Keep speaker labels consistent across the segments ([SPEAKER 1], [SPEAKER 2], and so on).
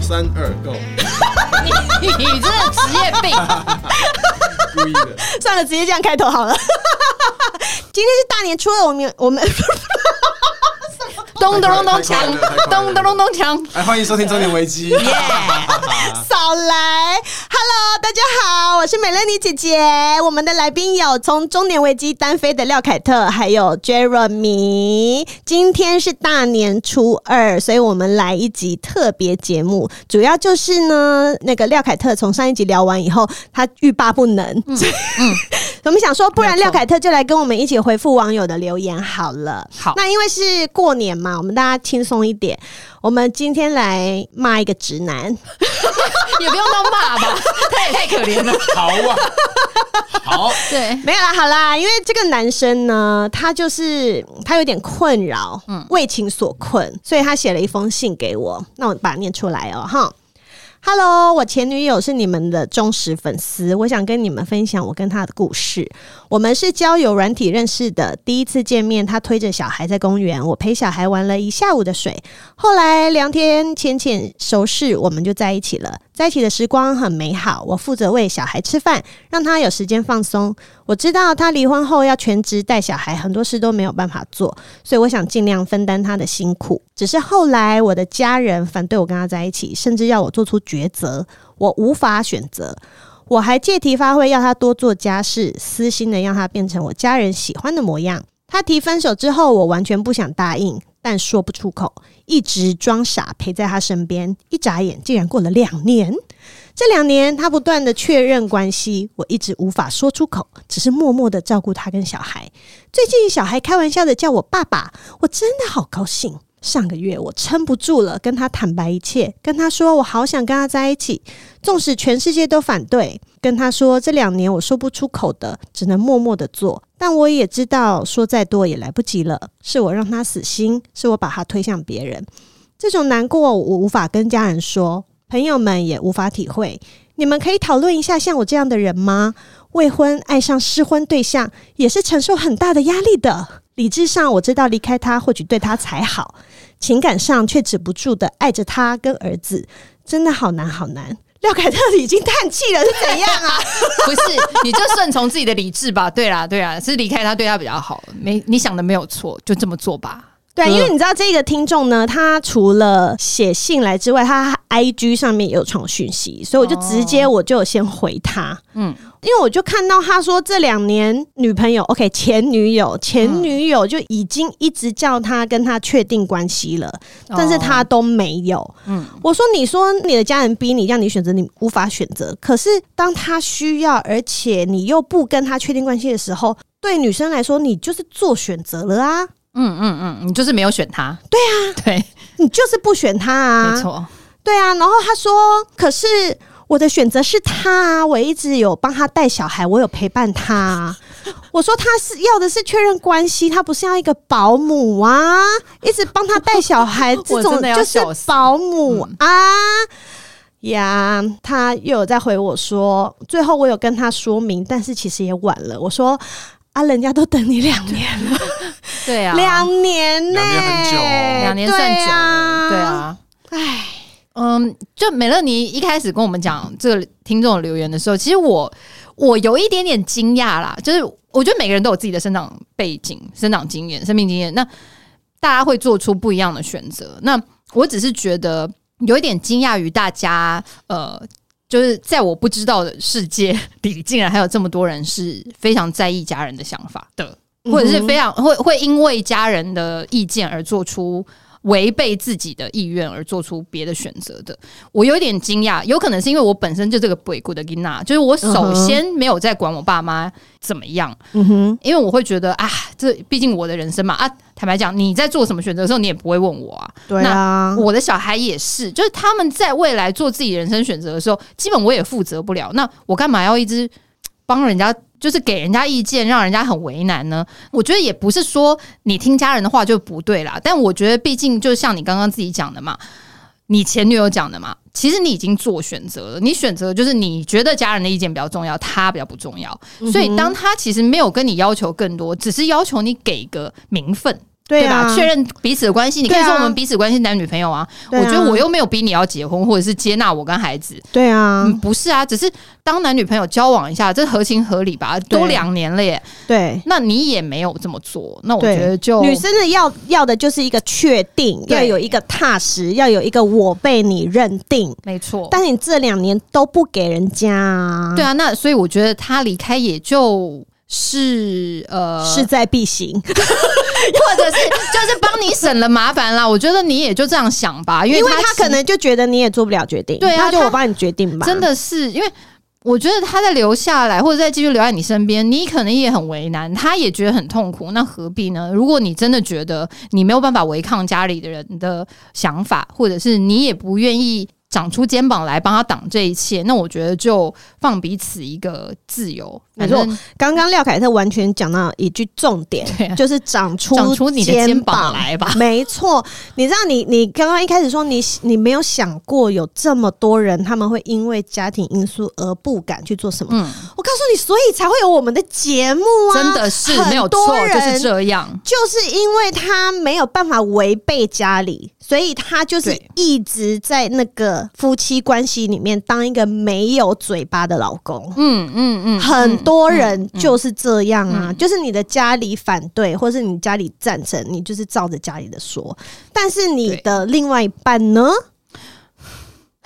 [SPEAKER 1] 三二 go，
[SPEAKER 2] 你你这个职业病，
[SPEAKER 1] 故意 的。
[SPEAKER 3] 算了，直接这样开头好了。 今天是大年初二，我们我们
[SPEAKER 2] 咚咚咚咚锵
[SPEAKER 1] 太快了太快，了
[SPEAKER 2] 咚咚咚咚锵。
[SPEAKER 1] 哎，欢迎收听《中年危机》。
[SPEAKER 3] 少来，Hello，大家好，我是美乐妮姐姐。我们的来宾有从中年危机单飞的廖凯特，还有 Jeremy。今天是大年初二，所以我们来一集特别节目，主要就是呢，那个廖凯特从上一集聊完以后，他欲罢不能，所以我们想说，不然
[SPEAKER 2] 没有
[SPEAKER 3] 廖
[SPEAKER 2] 错
[SPEAKER 3] 凯特就来跟我们一起回复网友的留言好了。
[SPEAKER 2] 好
[SPEAKER 3] 那因为是过年嘛，我们大家轻松一点。我们今天来骂一个直男，
[SPEAKER 2] 也不用到骂吧，他也 太可怜了。
[SPEAKER 1] 好啊，好，
[SPEAKER 2] 对，
[SPEAKER 3] 没有啦，好啦，因为这个男生呢，他就是他有点困扰，嗯，为情所困，所以他写了一封信给我，那我把它念出来哦，哈。Hello，我前女友是你们的忠实粉丝，我想跟你们分享我跟她的故事。我们是交友软体认识的，第一次见面，她推着小孩在公园，我陪小孩玩了一下午的水，后来聊天浅浅熟识，我们就在一起了。在一起的时光很美好，我负责喂小孩吃饭，让他有时间放松。我知道他离婚后要全职带小孩，很多事都没有办法做，所以我想尽量分担他的辛苦。只是后来我的家人反对我跟他在一起，甚至要我做出抉择，我无法选择。我还借题发挥，要他多做家事，私心的让他变成我家人喜欢的模样。他提分手之后，我完全不想答应，但说不出口，一直装傻陪在他身边。一眨眼，竟然过了两年。这两年，他不断的确认关系，我一直无法说出口，只是默默的照顾他跟小孩。最近小孩开玩笑的叫我爸爸，我真的好高兴。上个月我撑不住了，跟他坦白一切，跟他说我好想跟他在一起，纵使全世界都反对，跟他说这两年我说不出口的，只能默默的做。但我也知道说再多也来不及了，是我让他死心，是我把他推向别人。这种难过我无法跟家人说，朋友们也无法体会。你们可以讨论一下像我这样的人吗？未婚爱上失婚对象也是承受很大的压力的。理智上我知道离开他或许对他才好，情感上却止不住的爱着他跟儿子，真的好难好难。廖凯特已经叹气了，是怎样啊？
[SPEAKER 2] 不是，你就顺从自己的理智吧。对啦，对啦，是离开他对他比较好。没，你想的没有错，就这么做吧。
[SPEAKER 3] 对，啊
[SPEAKER 2] 嗯
[SPEAKER 3] 因为你知道这个听众呢，他除了写信来之外，他 I G 上面也有传讯息，所以我就直接我就有先回他，嗯
[SPEAKER 2] 嗯，
[SPEAKER 3] 因为我就看到他说这两年女朋友，OK 前女
[SPEAKER 2] 嗯
[SPEAKER 3] 友前女友就已经一直叫他跟他确定关系了，但是他都没有，嗯
[SPEAKER 2] 哦嗯，
[SPEAKER 3] 我说你说你的家人逼你让你选择，你无法选择，可是当他需要，而且你又不跟他确定关系的时候，对女生来说，你就是做选择了啊。
[SPEAKER 2] 嗯嗯嗯，你就是没有选他。对啊，对，
[SPEAKER 3] 你就是不选他啊，
[SPEAKER 2] 没错。
[SPEAKER 3] 对啊。然后他说：“可是我的选择是他啊，我一直有帮他带小孩，我有陪伴他、 啊。”我说：“他是要的是确认关系，他不是要一个保姆啊，一直帮他带 小孩，这种
[SPEAKER 2] 真的要
[SPEAKER 3] 就是
[SPEAKER 2] 笑死
[SPEAKER 3] 保姆啊。呀他又有在回我说，最后我有跟他说明，但是其实也晚了。我说啊，人家都等你两年了，
[SPEAKER 2] 对啊，
[SPEAKER 3] 两年呢、
[SPEAKER 1] 两年很久哦
[SPEAKER 2] 两年算久
[SPEAKER 3] 对
[SPEAKER 2] 了。
[SPEAKER 3] 啊
[SPEAKER 2] 对啊。
[SPEAKER 3] 唉，
[SPEAKER 2] 嗯，就美乐妮一开始跟我们讲这个听众留言的时候，其实我我有一点点惊讶啦，就是我觉得每个人都有自己的生长背景、生长经验、生命经验，那大家会做出不一样的选择。那我只是觉得有一点惊讶于大家，呃，就是在我不知道的世界 里，竟然还有这么多人是非常在意家人的想法的，或者
[SPEAKER 3] 嗯
[SPEAKER 2] 是非常会会因为家人的意见而做出违背自己的意愿而做出别的选择的。我有点惊讶，有可能是因为我本身就这个鬼谷的吉娜，就是我首先没有在管我爸妈怎么样，
[SPEAKER 3] 嗯哼，
[SPEAKER 2] 因为我会觉得啊，这毕竟我的人生嘛啊，坦白讲，你在做什么选择的时候，你也不会问我啊。
[SPEAKER 3] 对啊，
[SPEAKER 2] 我的小孩也是，就是他们在未来做自己人生选择的时候，基本我也负责不了。那我干嘛要一直帮人家，就是给人家意见，让人家很为难呢？我觉得也不是说你听家人的话就不对啦，但我觉得毕竟就像你刚刚自己讲的嘛，你前女友讲的嘛，其实你已经做选择了，你选择就是你觉得家人的意见比较重要，他比较不重要，所以当他其实没有跟你要求更多，只是要求你给个名分。
[SPEAKER 3] 对啊
[SPEAKER 2] 吧？确认彼此的关系，你可以
[SPEAKER 3] 对啊
[SPEAKER 2] 说我们彼此关系是男女朋友啊。
[SPEAKER 3] 对啊
[SPEAKER 2] 我觉得我又没有逼你要结婚，或者是接纳我跟孩子。
[SPEAKER 3] 对啊，
[SPEAKER 2] 嗯，不是啊，只是当男女朋友交往一下，这合情合理吧？
[SPEAKER 3] 对
[SPEAKER 2] 都两年了耶，
[SPEAKER 3] 对。
[SPEAKER 2] 那你也没有这么做，那我
[SPEAKER 3] 对
[SPEAKER 2] 觉得就
[SPEAKER 3] 女生的要要的就是一个确定，
[SPEAKER 2] 对
[SPEAKER 3] 要有一个踏实，要有一个我被你认定。
[SPEAKER 2] 没错。
[SPEAKER 3] 但你这两年都不给人家、啊，
[SPEAKER 2] 对啊，那所以我觉得他离开也就是呃，
[SPEAKER 3] 势在必行。
[SPEAKER 2] 或者是就是帮你省了麻烦啦。我觉得你也就这样想吧，因
[SPEAKER 3] 因为
[SPEAKER 2] 他
[SPEAKER 3] 他
[SPEAKER 2] 其
[SPEAKER 3] 可能就觉得你也做不了决定，
[SPEAKER 2] 对啊
[SPEAKER 3] 那就
[SPEAKER 2] 他
[SPEAKER 3] 我帮你决定吧。
[SPEAKER 2] 真，的是因为。我觉得他在留下来，或者再继续留在你身边，你可能也很为难，他也觉得很痛苦。那何必呢？如果你真的觉得你没有办法违抗家里的人的想法，或者是你也不愿意长出肩膀来帮他挡这一切，那我觉得就放彼此一个自由。
[SPEAKER 3] 没
[SPEAKER 2] 反
[SPEAKER 3] 错
[SPEAKER 2] 正
[SPEAKER 3] 刚刚廖凯特完全讲到一句重点，
[SPEAKER 2] 对啊
[SPEAKER 3] 就是长出
[SPEAKER 2] 长出你的肩膀
[SPEAKER 3] 膀
[SPEAKER 2] 来吧。
[SPEAKER 3] 没错，你知道你你刚刚一开始说你你没有想过有这么多人他们会因为家庭因素而不敢去做什么。
[SPEAKER 2] 嗯，
[SPEAKER 3] 我告诉你，所以才会有我们的节目啊！
[SPEAKER 2] 真的是
[SPEAKER 3] 很
[SPEAKER 2] 没有
[SPEAKER 3] 多
[SPEAKER 2] 错，就是
[SPEAKER 3] 人
[SPEAKER 2] 这样。
[SPEAKER 3] 就是因为他没有办法违背家里，所以他就是
[SPEAKER 2] 对
[SPEAKER 3] 一直在那个夫妻关系里面当一个没有嘴巴的老公。
[SPEAKER 2] 嗯嗯嗯，
[SPEAKER 3] 很多人
[SPEAKER 2] 嗯
[SPEAKER 3] 就是这样啊，
[SPEAKER 2] 嗯
[SPEAKER 3] 就是你的家里反对，或是你家里赞成，你就是照着家里的说。但是你
[SPEAKER 2] 对
[SPEAKER 3] 的另外一半呢？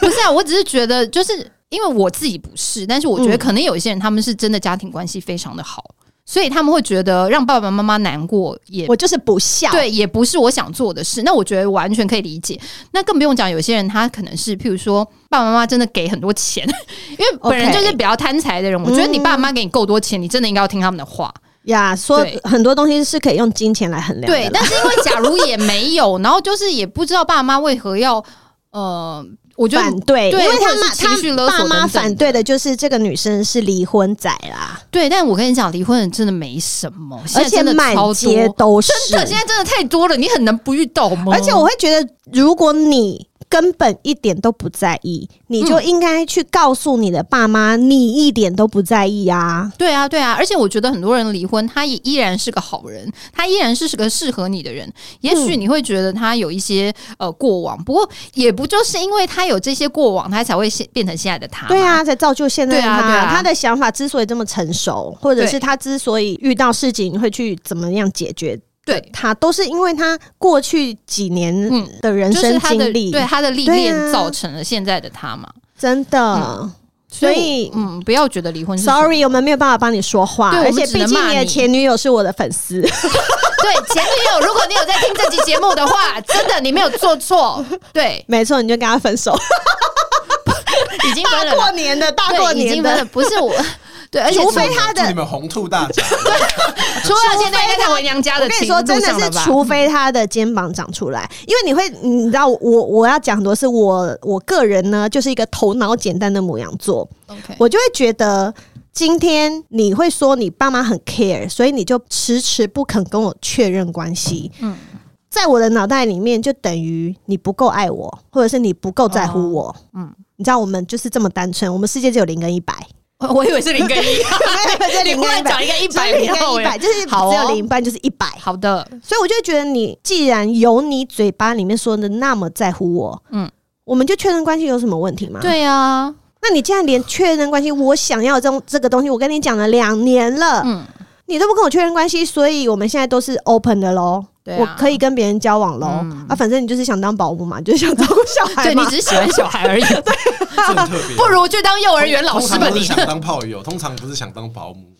[SPEAKER 2] 不是啊，我只是觉得，就是因为我自己不是，但是我觉得
[SPEAKER 3] 嗯
[SPEAKER 2] 可能有一些人他们是真的家庭关系非常的好，所以他们会觉得让爸爸妈妈难过也
[SPEAKER 3] 我就是不孝。
[SPEAKER 2] 对，也不是我想做的事。那我觉得完全可以理解。那更不用讲，有些人他可能是，譬如说爸爸妈妈真的给很多钱， 因为本人
[SPEAKER 3] OK
[SPEAKER 2] 就是比较贪财的人。我觉得你爸妈给你够多钱，你真的应该要听他们的话。
[SPEAKER 3] 呀，说
[SPEAKER 2] 对
[SPEAKER 3] 很多东西是可以用金钱来衡量的
[SPEAKER 2] 对，
[SPEAKER 3] 啦。
[SPEAKER 2] 但是因为假如也没有，然后就是也不知道爸妈为何要呃，我觉得
[SPEAKER 3] 反对，
[SPEAKER 2] 对
[SPEAKER 3] 因为他
[SPEAKER 2] 或者是情绪
[SPEAKER 3] 妈
[SPEAKER 2] 勒
[SPEAKER 3] 他
[SPEAKER 2] 索
[SPEAKER 3] 爸
[SPEAKER 2] 等
[SPEAKER 3] 妈
[SPEAKER 2] 等
[SPEAKER 3] 反
[SPEAKER 2] 的
[SPEAKER 3] 对的就是这个女生是离婚仔啦，
[SPEAKER 2] 对，但我跟你讲，离婚的真的没什么，现
[SPEAKER 3] 而
[SPEAKER 2] 在
[SPEAKER 3] 且
[SPEAKER 2] 真的
[SPEAKER 3] 满
[SPEAKER 2] 超
[SPEAKER 3] 街
[SPEAKER 2] 多，
[SPEAKER 3] 都是。
[SPEAKER 2] 真的现在真的太多了，你很能不遇到吗？
[SPEAKER 3] 而且我会觉得，如果你根本一点都不在意，你
[SPEAKER 2] 嗯
[SPEAKER 3] 就应该去告诉你的爸妈，你一点都不在意啊。
[SPEAKER 2] 对啊，对啊，而且我觉得很多人离婚，他也依然是个好人，他依然是是个适合你的人。也许
[SPEAKER 3] 嗯
[SPEAKER 2] 你会觉得他有一些呃过往，不过也不就是因为他有这些过往，他才会现变成现在的他。
[SPEAKER 3] 对，啊，才造就现在的
[SPEAKER 2] 对啊
[SPEAKER 3] 他。
[SPEAKER 2] 对啊
[SPEAKER 3] 他的想法之所以这么成熟，或者
[SPEAKER 2] 对
[SPEAKER 3] 是他之所以遇到事情会去怎么样解决
[SPEAKER 2] 对，
[SPEAKER 3] 他，都是因为他过去几年
[SPEAKER 2] 嗯
[SPEAKER 3] 的人
[SPEAKER 2] 就是
[SPEAKER 3] 生
[SPEAKER 2] 他的
[SPEAKER 3] 经历。
[SPEAKER 2] 对他的历
[SPEAKER 3] 对
[SPEAKER 2] 练
[SPEAKER 3] 啊
[SPEAKER 2] 造成了现在的他嘛。
[SPEAKER 3] 真的。
[SPEAKER 2] 嗯
[SPEAKER 3] 所
[SPEAKER 2] 以
[SPEAKER 3] 以
[SPEAKER 2] 我，嗯，不要觉得离婚是什么
[SPEAKER 3] Sorry，我们没有办法帮你说话，
[SPEAKER 2] 对
[SPEAKER 3] 而
[SPEAKER 2] 我们
[SPEAKER 3] 且
[SPEAKER 2] 只
[SPEAKER 3] 毕
[SPEAKER 2] 能
[SPEAKER 3] 竟
[SPEAKER 2] 骂
[SPEAKER 3] 你的
[SPEAKER 2] 你
[SPEAKER 3] 前女友是我的粉丝，
[SPEAKER 2] 对前女友，如果你有在听这期节目的话，真的你没有做错，对，
[SPEAKER 3] 没错，你就跟他分手。
[SPEAKER 2] 已经分了
[SPEAKER 3] 过
[SPEAKER 2] 啦，
[SPEAKER 3] 年的 大过
[SPEAKER 2] 对，已
[SPEAKER 3] 年
[SPEAKER 2] 经分了，
[SPEAKER 3] 的，
[SPEAKER 2] 不是我， 对，而且
[SPEAKER 3] 除
[SPEAKER 2] 除
[SPEAKER 3] 非他
[SPEAKER 1] 祝你
[SPEAKER 3] 的，
[SPEAKER 1] 们红兔大 奖，
[SPEAKER 2] 除了现在应该在回娘家
[SPEAKER 3] 我
[SPEAKER 2] 的
[SPEAKER 3] 跟你
[SPEAKER 2] 情
[SPEAKER 3] 说，
[SPEAKER 2] 路
[SPEAKER 3] 真的
[SPEAKER 2] 上
[SPEAKER 3] 是
[SPEAKER 2] 了吧，
[SPEAKER 3] 除非他的肩膀长出来，因为你会，你知道，我我要讲很多是我我个人呢，就是一个头脑简单的母羊座，
[SPEAKER 2] OK，
[SPEAKER 3] 我就会觉得。今天你会说你爸妈很 care，所以你就迟迟不肯跟我确认关系。
[SPEAKER 2] 嗯
[SPEAKER 3] 在我的脑袋里面，就等于你不够爱我，或者是你不够在乎我。嗯
[SPEAKER 2] 嗯，
[SPEAKER 3] 你知道我们就是这么单纯，我们世界只有零跟一百，
[SPEAKER 2] 我我以为是零跟一，
[SPEAKER 3] 没有，就
[SPEAKER 2] 你
[SPEAKER 3] 零
[SPEAKER 2] 忽
[SPEAKER 3] 跟
[SPEAKER 2] 然
[SPEAKER 3] 一百
[SPEAKER 2] 讲，一个一
[SPEAKER 3] 只
[SPEAKER 2] 百，
[SPEAKER 3] 有零
[SPEAKER 2] 然后我
[SPEAKER 3] 跟一
[SPEAKER 2] 也
[SPEAKER 3] 百，就是只
[SPEAKER 2] 好哦
[SPEAKER 3] 有零一半就是一百。
[SPEAKER 2] 好的，
[SPEAKER 3] 所以我就觉得，你既然由你嘴巴里面说的那么在乎我，嗯
[SPEAKER 2] 嗯，
[SPEAKER 3] 我们就确认关系有什么问题吗？，
[SPEAKER 2] 对啊，
[SPEAKER 3] 那你既然连确认关系，我想要这种这个东西，我跟你讲了两年了，
[SPEAKER 2] 嗯，
[SPEAKER 3] 你都不跟我确认关系，所以我们现在都是 open 的喽。
[SPEAKER 2] 对啊嗯
[SPEAKER 3] 我可以跟别人交往喽、啊，反正你就是想当保姆嘛，就是 想照顾小孩
[SPEAKER 2] 对你
[SPEAKER 3] 嘛。
[SPEAKER 2] 只是喜欢小孩而 已，
[SPEAKER 1] 这很特别。
[SPEAKER 2] 不如去当幼儿园老师
[SPEAKER 1] 通
[SPEAKER 2] 吧
[SPEAKER 1] 常都
[SPEAKER 2] 你
[SPEAKER 1] 是。想当炮友，通常不是想当保姆，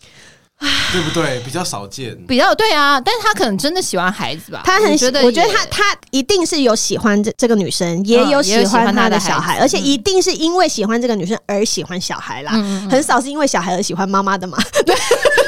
[SPEAKER 1] 对不对？比较少见。
[SPEAKER 2] 比较对啊，但是他可能真的喜欢孩子吧？
[SPEAKER 3] 他很喜，
[SPEAKER 2] 觉得，嗯
[SPEAKER 3] 我觉得他他一定是有喜欢这这个女生，也有
[SPEAKER 2] 也有
[SPEAKER 3] 喜
[SPEAKER 2] 喜欢
[SPEAKER 3] 欢
[SPEAKER 2] 她
[SPEAKER 3] 他
[SPEAKER 2] 的
[SPEAKER 3] 的
[SPEAKER 2] 孩
[SPEAKER 3] 小
[SPEAKER 2] 子
[SPEAKER 3] 孩，而且一定是因为喜欢这个女生而喜欢小孩啦，
[SPEAKER 2] 嗯
[SPEAKER 3] 很少是因为小孩而喜欢妈妈的嘛。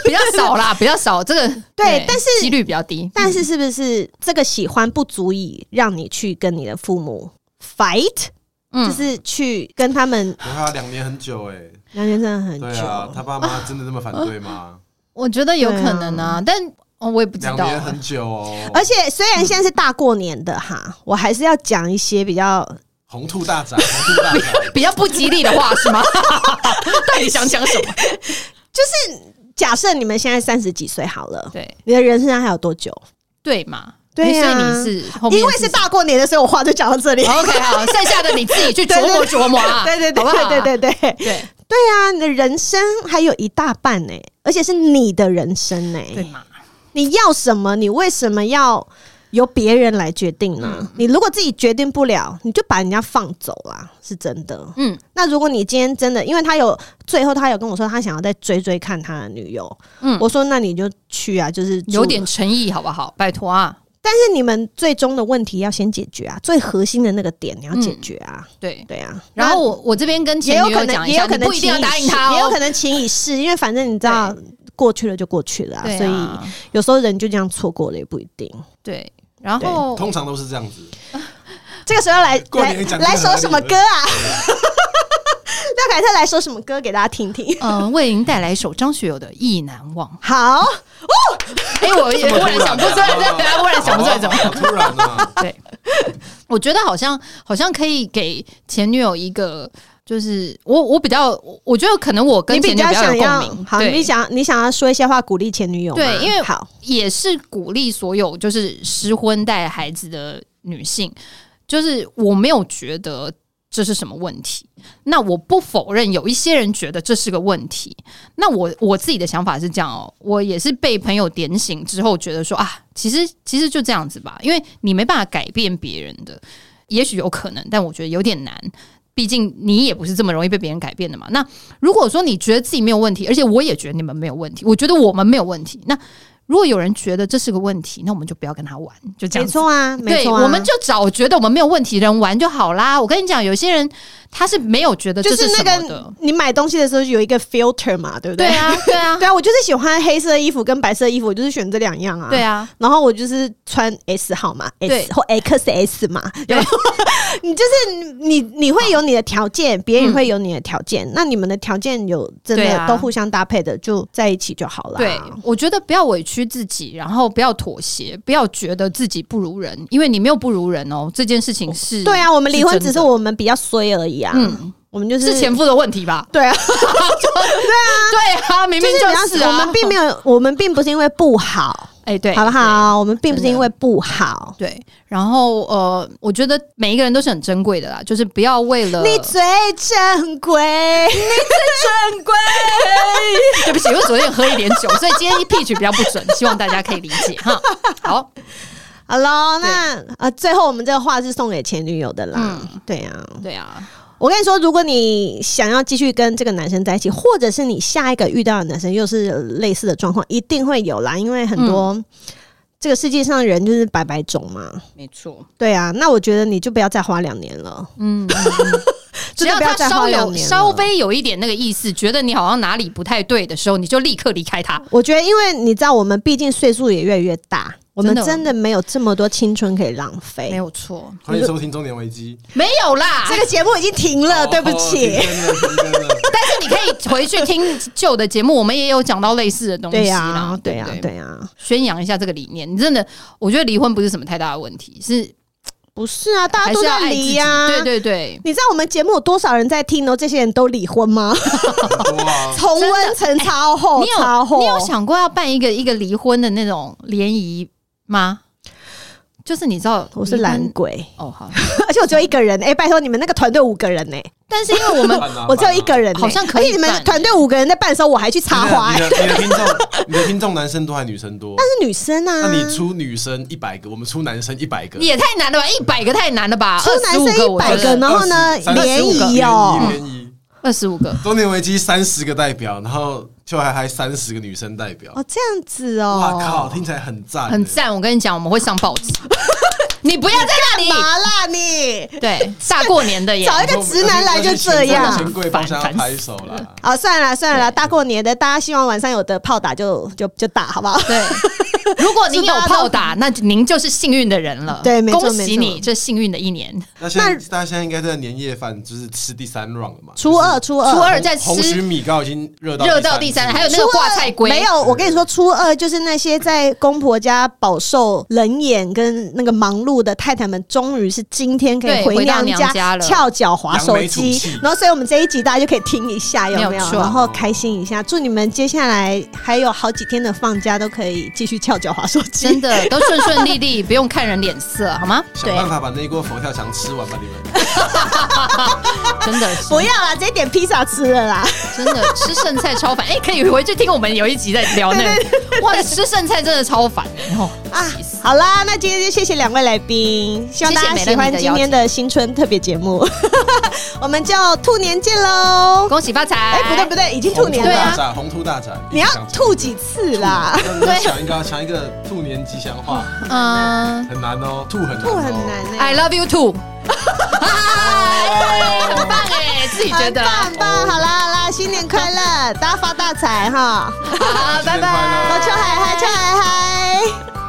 [SPEAKER 2] 比较少啦，比较少，这个
[SPEAKER 3] 对但是
[SPEAKER 2] 几率比较低。
[SPEAKER 3] 但是是不是这个喜欢不足以让你去跟你的父母 fight，、
[SPEAKER 2] 嗯
[SPEAKER 3] 就是去跟他们
[SPEAKER 1] 对啊，两年很久哎、
[SPEAKER 3] 聊天真的很久。
[SPEAKER 1] 对啊，他爸妈真的那么反对吗？
[SPEAKER 2] 我觉得有可能啊，但哦，我也不知
[SPEAKER 1] 两
[SPEAKER 2] 道
[SPEAKER 1] 年
[SPEAKER 2] 啊
[SPEAKER 1] 很。久哦，
[SPEAKER 3] 而且虽然现在是大过年的哈，我还是要讲一些比较
[SPEAKER 1] 红兔大展，红兔大展
[SPEAKER 2] 比较不吉利的 话是吗？ 到底想讲什么？
[SPEAKER 3] 假设你们现在三十几岁好了，
[SPEAKER 2] 对
[SPEAKER 3] 你的人生还有多久？
[SPEAKER 2] 对嘛？
[SPEAKER 3] 对
[SPEAKER 2] 所
[SPEAKER 3] 啊
[SPEAKER 2] 以你是后面
[SPEAKER 3] 因为是大过年的，所以我话就讲到这里。
[SPEAKER 2] OK 好，剩下的你自己去琢 磨琢磨啊，
[SPEAKER 3] 对对对
[SPEAKER 2] 好不好啊？
[SPEAKER 3] 对对对对对
[SPEAKER 2] 对
[SPEAKER 3] 啊！你的人生还有一大半呢、而且是你的人生呢、
[SPEAKER 2] 对嘛？
[SPEAKER 3] 你要什么？你为什么要由别人来决定呢？
[SPEAKER 2] 嗯
[SPEAKER 3] 你如果自己决定不了，你就把人家放走啦，是真的。
[SPEAKER 2] 嗯，
[SPEAKER 3] 那如果你今天真的，因为他有最后他有跟我说他想要再追追看他的女友，
[SPEAKER 2] 嗯
[SPEAKER 3] 我说那你就去啊，就是住
[SPEAKER 2] 有点诚意好不好？拜托啊，
[SPEAKER 3] 但是你们最终的问题要先解决啊，最核心的那个点你要解决啊，
[SPEAKER 2] 对。
[SPEAKER 3] 对啊。
[SPEAKER 2] 嗯然后我我这边跟
[SPEAKER 3] 也
[SPEAKER 2] 前
[SPEAKER 3] 有
[SPEAKER 2] 女友
[SPEAKER 3] 可能，
[SPEAKER 2] 讲一
[SPEAKER 3] 也
[SPEAKER 2] 下，
[SPEAKER 3] 有可
[SPEAKER 2] 你
[SPEAKER 3] 能
[SPEAKER 2] 不一定要
[SPEAKER 3] 请
[SPEAKER 2] 答
[SPEAKER 3] 以
[SPEAKER 2] 应
[SPEAKER 3] 示
[SPEAKER 2] 他哦，
[SPEAKER 3] 也有可 能请以示，因为反正你知道过去了就过去了、啊，
[SPEAKER 2] 对
[SPEAKER 3] 所
[SPEAKER 2] 啊
[SPEAKER 3] 以有时候人就这样错过了也不一定。
[SPEAKER 2] 对。然后
[SPEAKER 1] 通常都是这样子。
[SPEAKER 3] 这个时候来
[SPEAKER 1] 过
[SPEAKER 3] 来
[SPEAKER 1] 年讲这个
[SPEAKER 3] 来
[SPEAKER 1] 合
[SPEAKER 3] 首
[SPEAKER 1] 理
[SPEAKER 3] 什么 歌啊？廖凯特来首什么歌给大家听听？
[SPEAKER 2] 嗯，为您带来一首张学友的《意难 忘》。
[SPEAKER 3] 好，
[SPEAKER 2] 哎、 我也忽然想不出来，
[SPEAKER 1] 这么突然
[SPEAKER 2] 对啊，忽然想不出 来怎么。
[SPEAKER 1] 好突然啊！
[SPEAKER 2] 对，我觉得好像好像可以给前女友一个，就是我我比较，我我觉得可能我跟
[SPEAKER 3] 你
[SPEAKER 2] 前
[SPEAKER 3] 比
[SPEAKER 2] 女友
[SPEAKER 3] 较
[SPEAKER 2] 比较
[SPEAKER 3] 想
[SPEAKER 2] 有
[SPEAKER 3] 要
[SPEAKER 2] 共鸣。
[SPEAKER 3] 好，
[SPEAKER 2] 对
[SPEAKER 3] 你想你想要说一些话鼓励前女友吗？
[SPEAKER 2] 对因为
[SPEAKER 3] 好，
[SPEAKER 2] 也是鼓励所有就是失婚带孩子的女性，就是我没有觉得这是什么问题。那我不否认有一些人觉得这是个问题。那我我自己的想法是这样哦，我也是被朋友点醒之后，觉得说啊，其实其实就这样子吧，因为你没办法改变别人的，也许有可能，但我觉得有点难。毕竟你也不是这么容易被别人改变的嘛。那如果说你觉得自己没有问题，而且我也觉得你们没有问题，我觉得我们没有问题，那如果有人觉得这是个问题，那我们就不要跟他玩，就这
[SPEAKER 3] 没
[SPEAKER 2] 样子。
[SPEAKER 3] 错啊，没
[SPEAKER 2] 对，
[SPEAKER 3] 错啊，
[SPEAKER 2] 我们就找觉得我们没有问题的人玩就好啦。我跟你讲，有些人他是没有觉得
[SPEAKER 3] 就
[SPEAKER 2] 这
[SPEAKER 3] 是
[SPEAKER 2] 什
[SPEAKER 3] 那
[SPEAKER 2] 么
[SPEAKER 3] 个
[SPEAKER 2] 的，
[SPEAKER 3] 你买东西的时候有一个 filter 嘛，对不
[SPEAKER 2] 对
[SPEAKER 3] 对？
[SPEAKER 2] 啊，对啊，
[SPEAKER 3] 对啊，我就是喜欢黑色衣服跟白色衣服，我就是选这两样啊。
[SPEAKER 2] 对。啊，
[SPEAKER 3] 然后我就是穿 S 号嘛
[SPEAKER 2] 对
[SPEAKER 3] ，S 或 XS 嘛，
[SPEAKER 2] 对
[SPEAKER 3] 然后 你就是你你会有你的条件，别人也会有你的条件，那你们的条件有
[SPEAKER 2] 嗯
[SPEAKER 3] 真
[SPEAKER 2] 对啊
[SPEAKER 3] 的都互相搭配的，就在一起就好了。
[SPEAKER 2] 对，我觉得不要委屈自己，然后不要妥协，不要觉得自己不如人，因为你没有不如人哦，这件事情是
[SPEAKER 3] 对啊，我们离婚只
[SPEAKER 2] 真
[SPEAKER 3] 是
[SPEAKER 2] 的
[SPEAKER 3] 我们比较衰而已啊，
[SPEAKER 2] 嗯
[SPEAKER 3] 我们就是
[SPEAKER 2] 是前夫的问题吧？
[SPEAKER 3] 对啊，
[SPEAKER 2] 对啊，明明
[SPEAKER 3] 就是比较
[SPEAKER 2] 是
[SPEAKER 3] 我
[SPEAKER 2] 啊
[SPEAKER 3] 们，并没有，我们并不是因为不好，
[SPEAKER 2] 哎，对，
[SPEAKER 3] 好不好？我们并不是
[SPEAKER 2] 真的
[SPEAKER 3] 因为不好，
[SPEAKER 2] 对？然后呃，我觉得每一个人都是很珍贵的啦，就是不要为了
[SPEAKER 3] 你最珍贵。
[SPEAKER 2] 珍贵。 对不起，因为昨天喝一点酒，所以今天 pitch 比较不准，希望大家可以理解 哈。好，
[SPEAKER 3] 好喽，那呃，最后我们这个话是送给前女友的啦。
[SPEAKER 2] 嗯
[SPEAKER 3] 对啊，
[SPEAKER 2] 对啊，
[SPEAKER 3] 我跟你说，如果你想要继续跟这个男生在一起，或者是你下一个遇到的男生又是类似的状况，一定会有啦，因为很多、
[SPEAKER 2] 嗯
[SPEAKER 3] 这个世界上人就是百百种嘛。
[SPEAKER 2] 没错，
[SPEAKER 3] 对啊，那我觉得你就不要再花两年了，
[SPEAKER 2] 嗯， 只
[SPEAKER 3] 真的
[SPEAKER 2] 要
[SPEAKER 3] 不要
[SPEAKER 2] 他
[SPEAKER 3] 再
[SPEAKER 2] 稍
[SPEAKER 3] 花两
[SPEAKER 2] 有
[SPEAKER 3] 年了
[SPEAKER 2] 稍。微有一点那个意思，觉得你好像哪里不太对的时候，你就立刻离开他。
[SPEAKER 3] 我觉得，因为你知道，我们毕竟岁数也越来越大，我们
[SPEAKER 2] 真的
[SPEAKER 3] 真的没有这么多青春可以浪费。
[SPEAKER 2] 有错，
[SPEAKER 1] 欢迎收听《中年危 机
[SPEAKER 2] 没有啦。
[SPEAKER 3] 这个节目已经停》了，
[SPEAKER 2] 呃
[SPEAKER 1] 哦。
[SPEAKER 3] 对不起。
[SPEAKER 1] 停更了停更了
[SPEAKER 2] 但是你可以回去听旧的节目，我们也有讲到类似的东西
[SPEAKER 3] 对
[SPEAKER 2] 啦
[SPEAKER 3] 呀，，对
[SPEAKER 2] 呀
[SPEAKER 3] 呀，，对啊呀。
[SPEAKER 2] 宣扬一下这个理念。你真的，我觉得离婚不是什么太大的问题，是
[SPEAKER 3] 不是啊，大
[SPEAKER 2] 还
[SPEAKER 3] 家都
[SPEAKER 2] 是要
[SPEAKER 3] 在
[SPEAKER 2] 爱自己。
[SPEAKER 3] 离啊
[SPEAKER 2] 对
[SPEAKER 3] 呀、
[SPEAKER 2] 对对，
[SPEAKER 3] 你知道我们节目有多少人在听哦呢？这些人都离 婚吗？
[SPEAKER 1] 很多啊，
[SPEAKER 3] 重温层超厚，
[SPEAKER 2] 哎你
[SPEAKER 3] 哦超
[SPEAKER 2] 有
[SPEAKER 3] 厚。
[SPEAKER 2] 你有想过要办一个一个离婚的那种联谊吗？就是你知道
[SPEAKER 3] 我是
[SPEAKER 2] 离婚
[SPEAKER 3] 懒鬼，
[SPEAKER 2] 哦好，
[SPEAKER 3] 而且我只有一个人。哎、拜托你们那个团队五个人呢、哎
[SPEAKER 2] 但是因为我 们
[SPEAKER 1] 办啊
[SPEAKER 3] 我只有一个人欸、
[SPEAKER 2] 好像可以
[SPEAKER 3] 而且你们
[SPEAKER 2] 办
[SPEAKER 3] 团队五个人在办的时候，我还去插花、
[SPEAKER 1] 你的你
[SPEAKER 3] 欸，
[SPEAKER 1] 的你的听众，你的听众男生多还是女生多？
[SPEAKER 3] 是女生啊。
[SPEAKER 1] 那你出女生一百个，我们出男生一百个，
[SPEAKER 2] 也太难了吧，一百个太难了吧，
[SPEAKER 3] 出男生
[SPEAKER 2] 25个
[SPEAKER 3] 一
[SPEAKER 2] 我
[SPEAKER 3] 百
[SPEAKER 2] 觉得
[SPEAKER 3] 个，然后呢，
[SPEAKER 1] 20
[SPEAKER 3] 联谊
[SPEAKER 1] 联
[SPEAKER 3] 哦，
[SPEAKER 1] 谊联谊，
[SPEAKER 2] 二十五个，
[SPEAKER 1] 中年危机三十个代表，然后就还还三十个女生代表，
[SPEAKER 3] 哦这样子哦，
[SPEAKER 1] 哇靠，听起来很赞，欸
[SPEAKER 2] 很。赞。我跟你讲，我们会上报 纸，你不要在那里。
[SPEAKER 3] 麻辣你。
[SPEAKER 2] 对，大过年 的耶，
[SPEAKER 3] 找一个直男来就这样
[SPEAKER 1] 钱柜包厢要拍手啦，
[SPEAKER 3] 好，算了啦算了啦，大过年的，大家希望晚上有的炮打就就就打，好不好？
[SPEAKER 2] 对，如果您
[SPEAKER 3] 是
[SPEAKER 2] 有
[SPEAKER 3] 大家都
[SPEAKER 2] 炮打，那您就是幸运的人了。
[SPEAKER 3] 对没错
[SPEAKER 2] 恭
[SPEAKER 3] 没
[SPEAKER 2] 喜
[SPEAKER 3] 错
[SPEAKER 2] 你，这幸运的一年。
[SPEAKER 1] 那现在大家现在应该在年夜饭，就是吃第三 round 了嘛？
[SPEAKER 3] 初二，初二，
[SPEAKER 2] 初二在
[SPEAKER 1] 红
[SPEAKER 2] 吃
[SPEAKER 1] 曲 米糕已经热到
[SPEAKER 2] 热到第三，还有那个
[SPEAKER 3] 初二
[SPEAKER 2] 挂菜龟，
[SPEAKER 3] 没有，我跟你说，初二就是那些在公婆家饱受冷眼跟那个忙碌的太太们，终于是今天可以
[SPEAKER 2] 对
[SPEAKER 3] 回
[SPEAKER 2] 回到
[SPEAKER 3] 娘
[SPEAKER 2] 娘家了
[SPEAKER 3] 翘脚滑手
[SPEAKER 1] 扬眉
[SPEAKER 3] 机
[SPEAKER 1] 吐气。
[SPEAKER 3] 然后，所以我们这一集大家就可以听一下，有没
[SPEAKER 2] 没
[SPEAKER 3] 有
[SPEAKER 2] 有？错
[SPEAKER 3] 然后开心一下，祝你们接下来还有好几天的放假都可以继续翘脚滑手机。
[SPEAKER 2] 真的都顺顺利利，不用看人脸色，好吗？
[SPEAKER 1] 想办法把那一锅佛跳墙吃完吧，你们。
[SPEAKER 2] 真的是
[SPEAKER 3] 不要啦，直接点披萨吃 了啦。
[SPEAKER 2] 真的吃剩菜超烦，哎、可以回去听我们有一集在聊那个，哇，吃剩菜真的超烦哦，
[SPEAKER 3] 啊
[SPEAKER 2] 气死！
[SPEAKER 3] 好啦，那今天就谢谢两位来宾，希望大家
[SPEAKER 2] 谢谢
[SPEAKER 3] 喜
[SPEAKER 2] 美乐
[SPEAKER 3] 欢
[SPEAKER 2] 你的
[SPEAKER 3] 今
[SPEAKER 2] 邀
[SPEAKER 3] 天的新春特别节目， 我们就兔年见喽！
[SPEAKER 2] 恭喜发财！
[SPEAKER 3] 哎、不对不，对，已经兔年
[SPEAKER 2] 对
[SPEAKER 3] 了，
[SPEAKER 1] 大
[SPEAKER 2] 啊
[SPEAKER 1] 展，红兔大展，
[SPEAKER 3] 你要兔几次啦？
[SPEAKER 1] 对，想一个想一个兔年吉祥话，
[SPEAKER 2] 嗯、
[SPEAKER 1] 很难哦，兔很难，
[SPEAKER 3] 兔很难。欸
[SPEAKER 2] i
[SPEAKER 3] 呢、
[SPEAKER 2] love you too，哎，很棒哎、自己觉
[SPEAKER 3] 很
[SPEAKER 2] 得，
[SPEAKER 3] 棒很棒，好啦好啦，新年快乐，大家发大财哈！哦
[SPEAKER 2] 好，拜
[SPEAKER 1] 新年快乐
[SPEAKER 2] 拜
[SPEAKER 3] 我。秋海嗨，秋海嗨。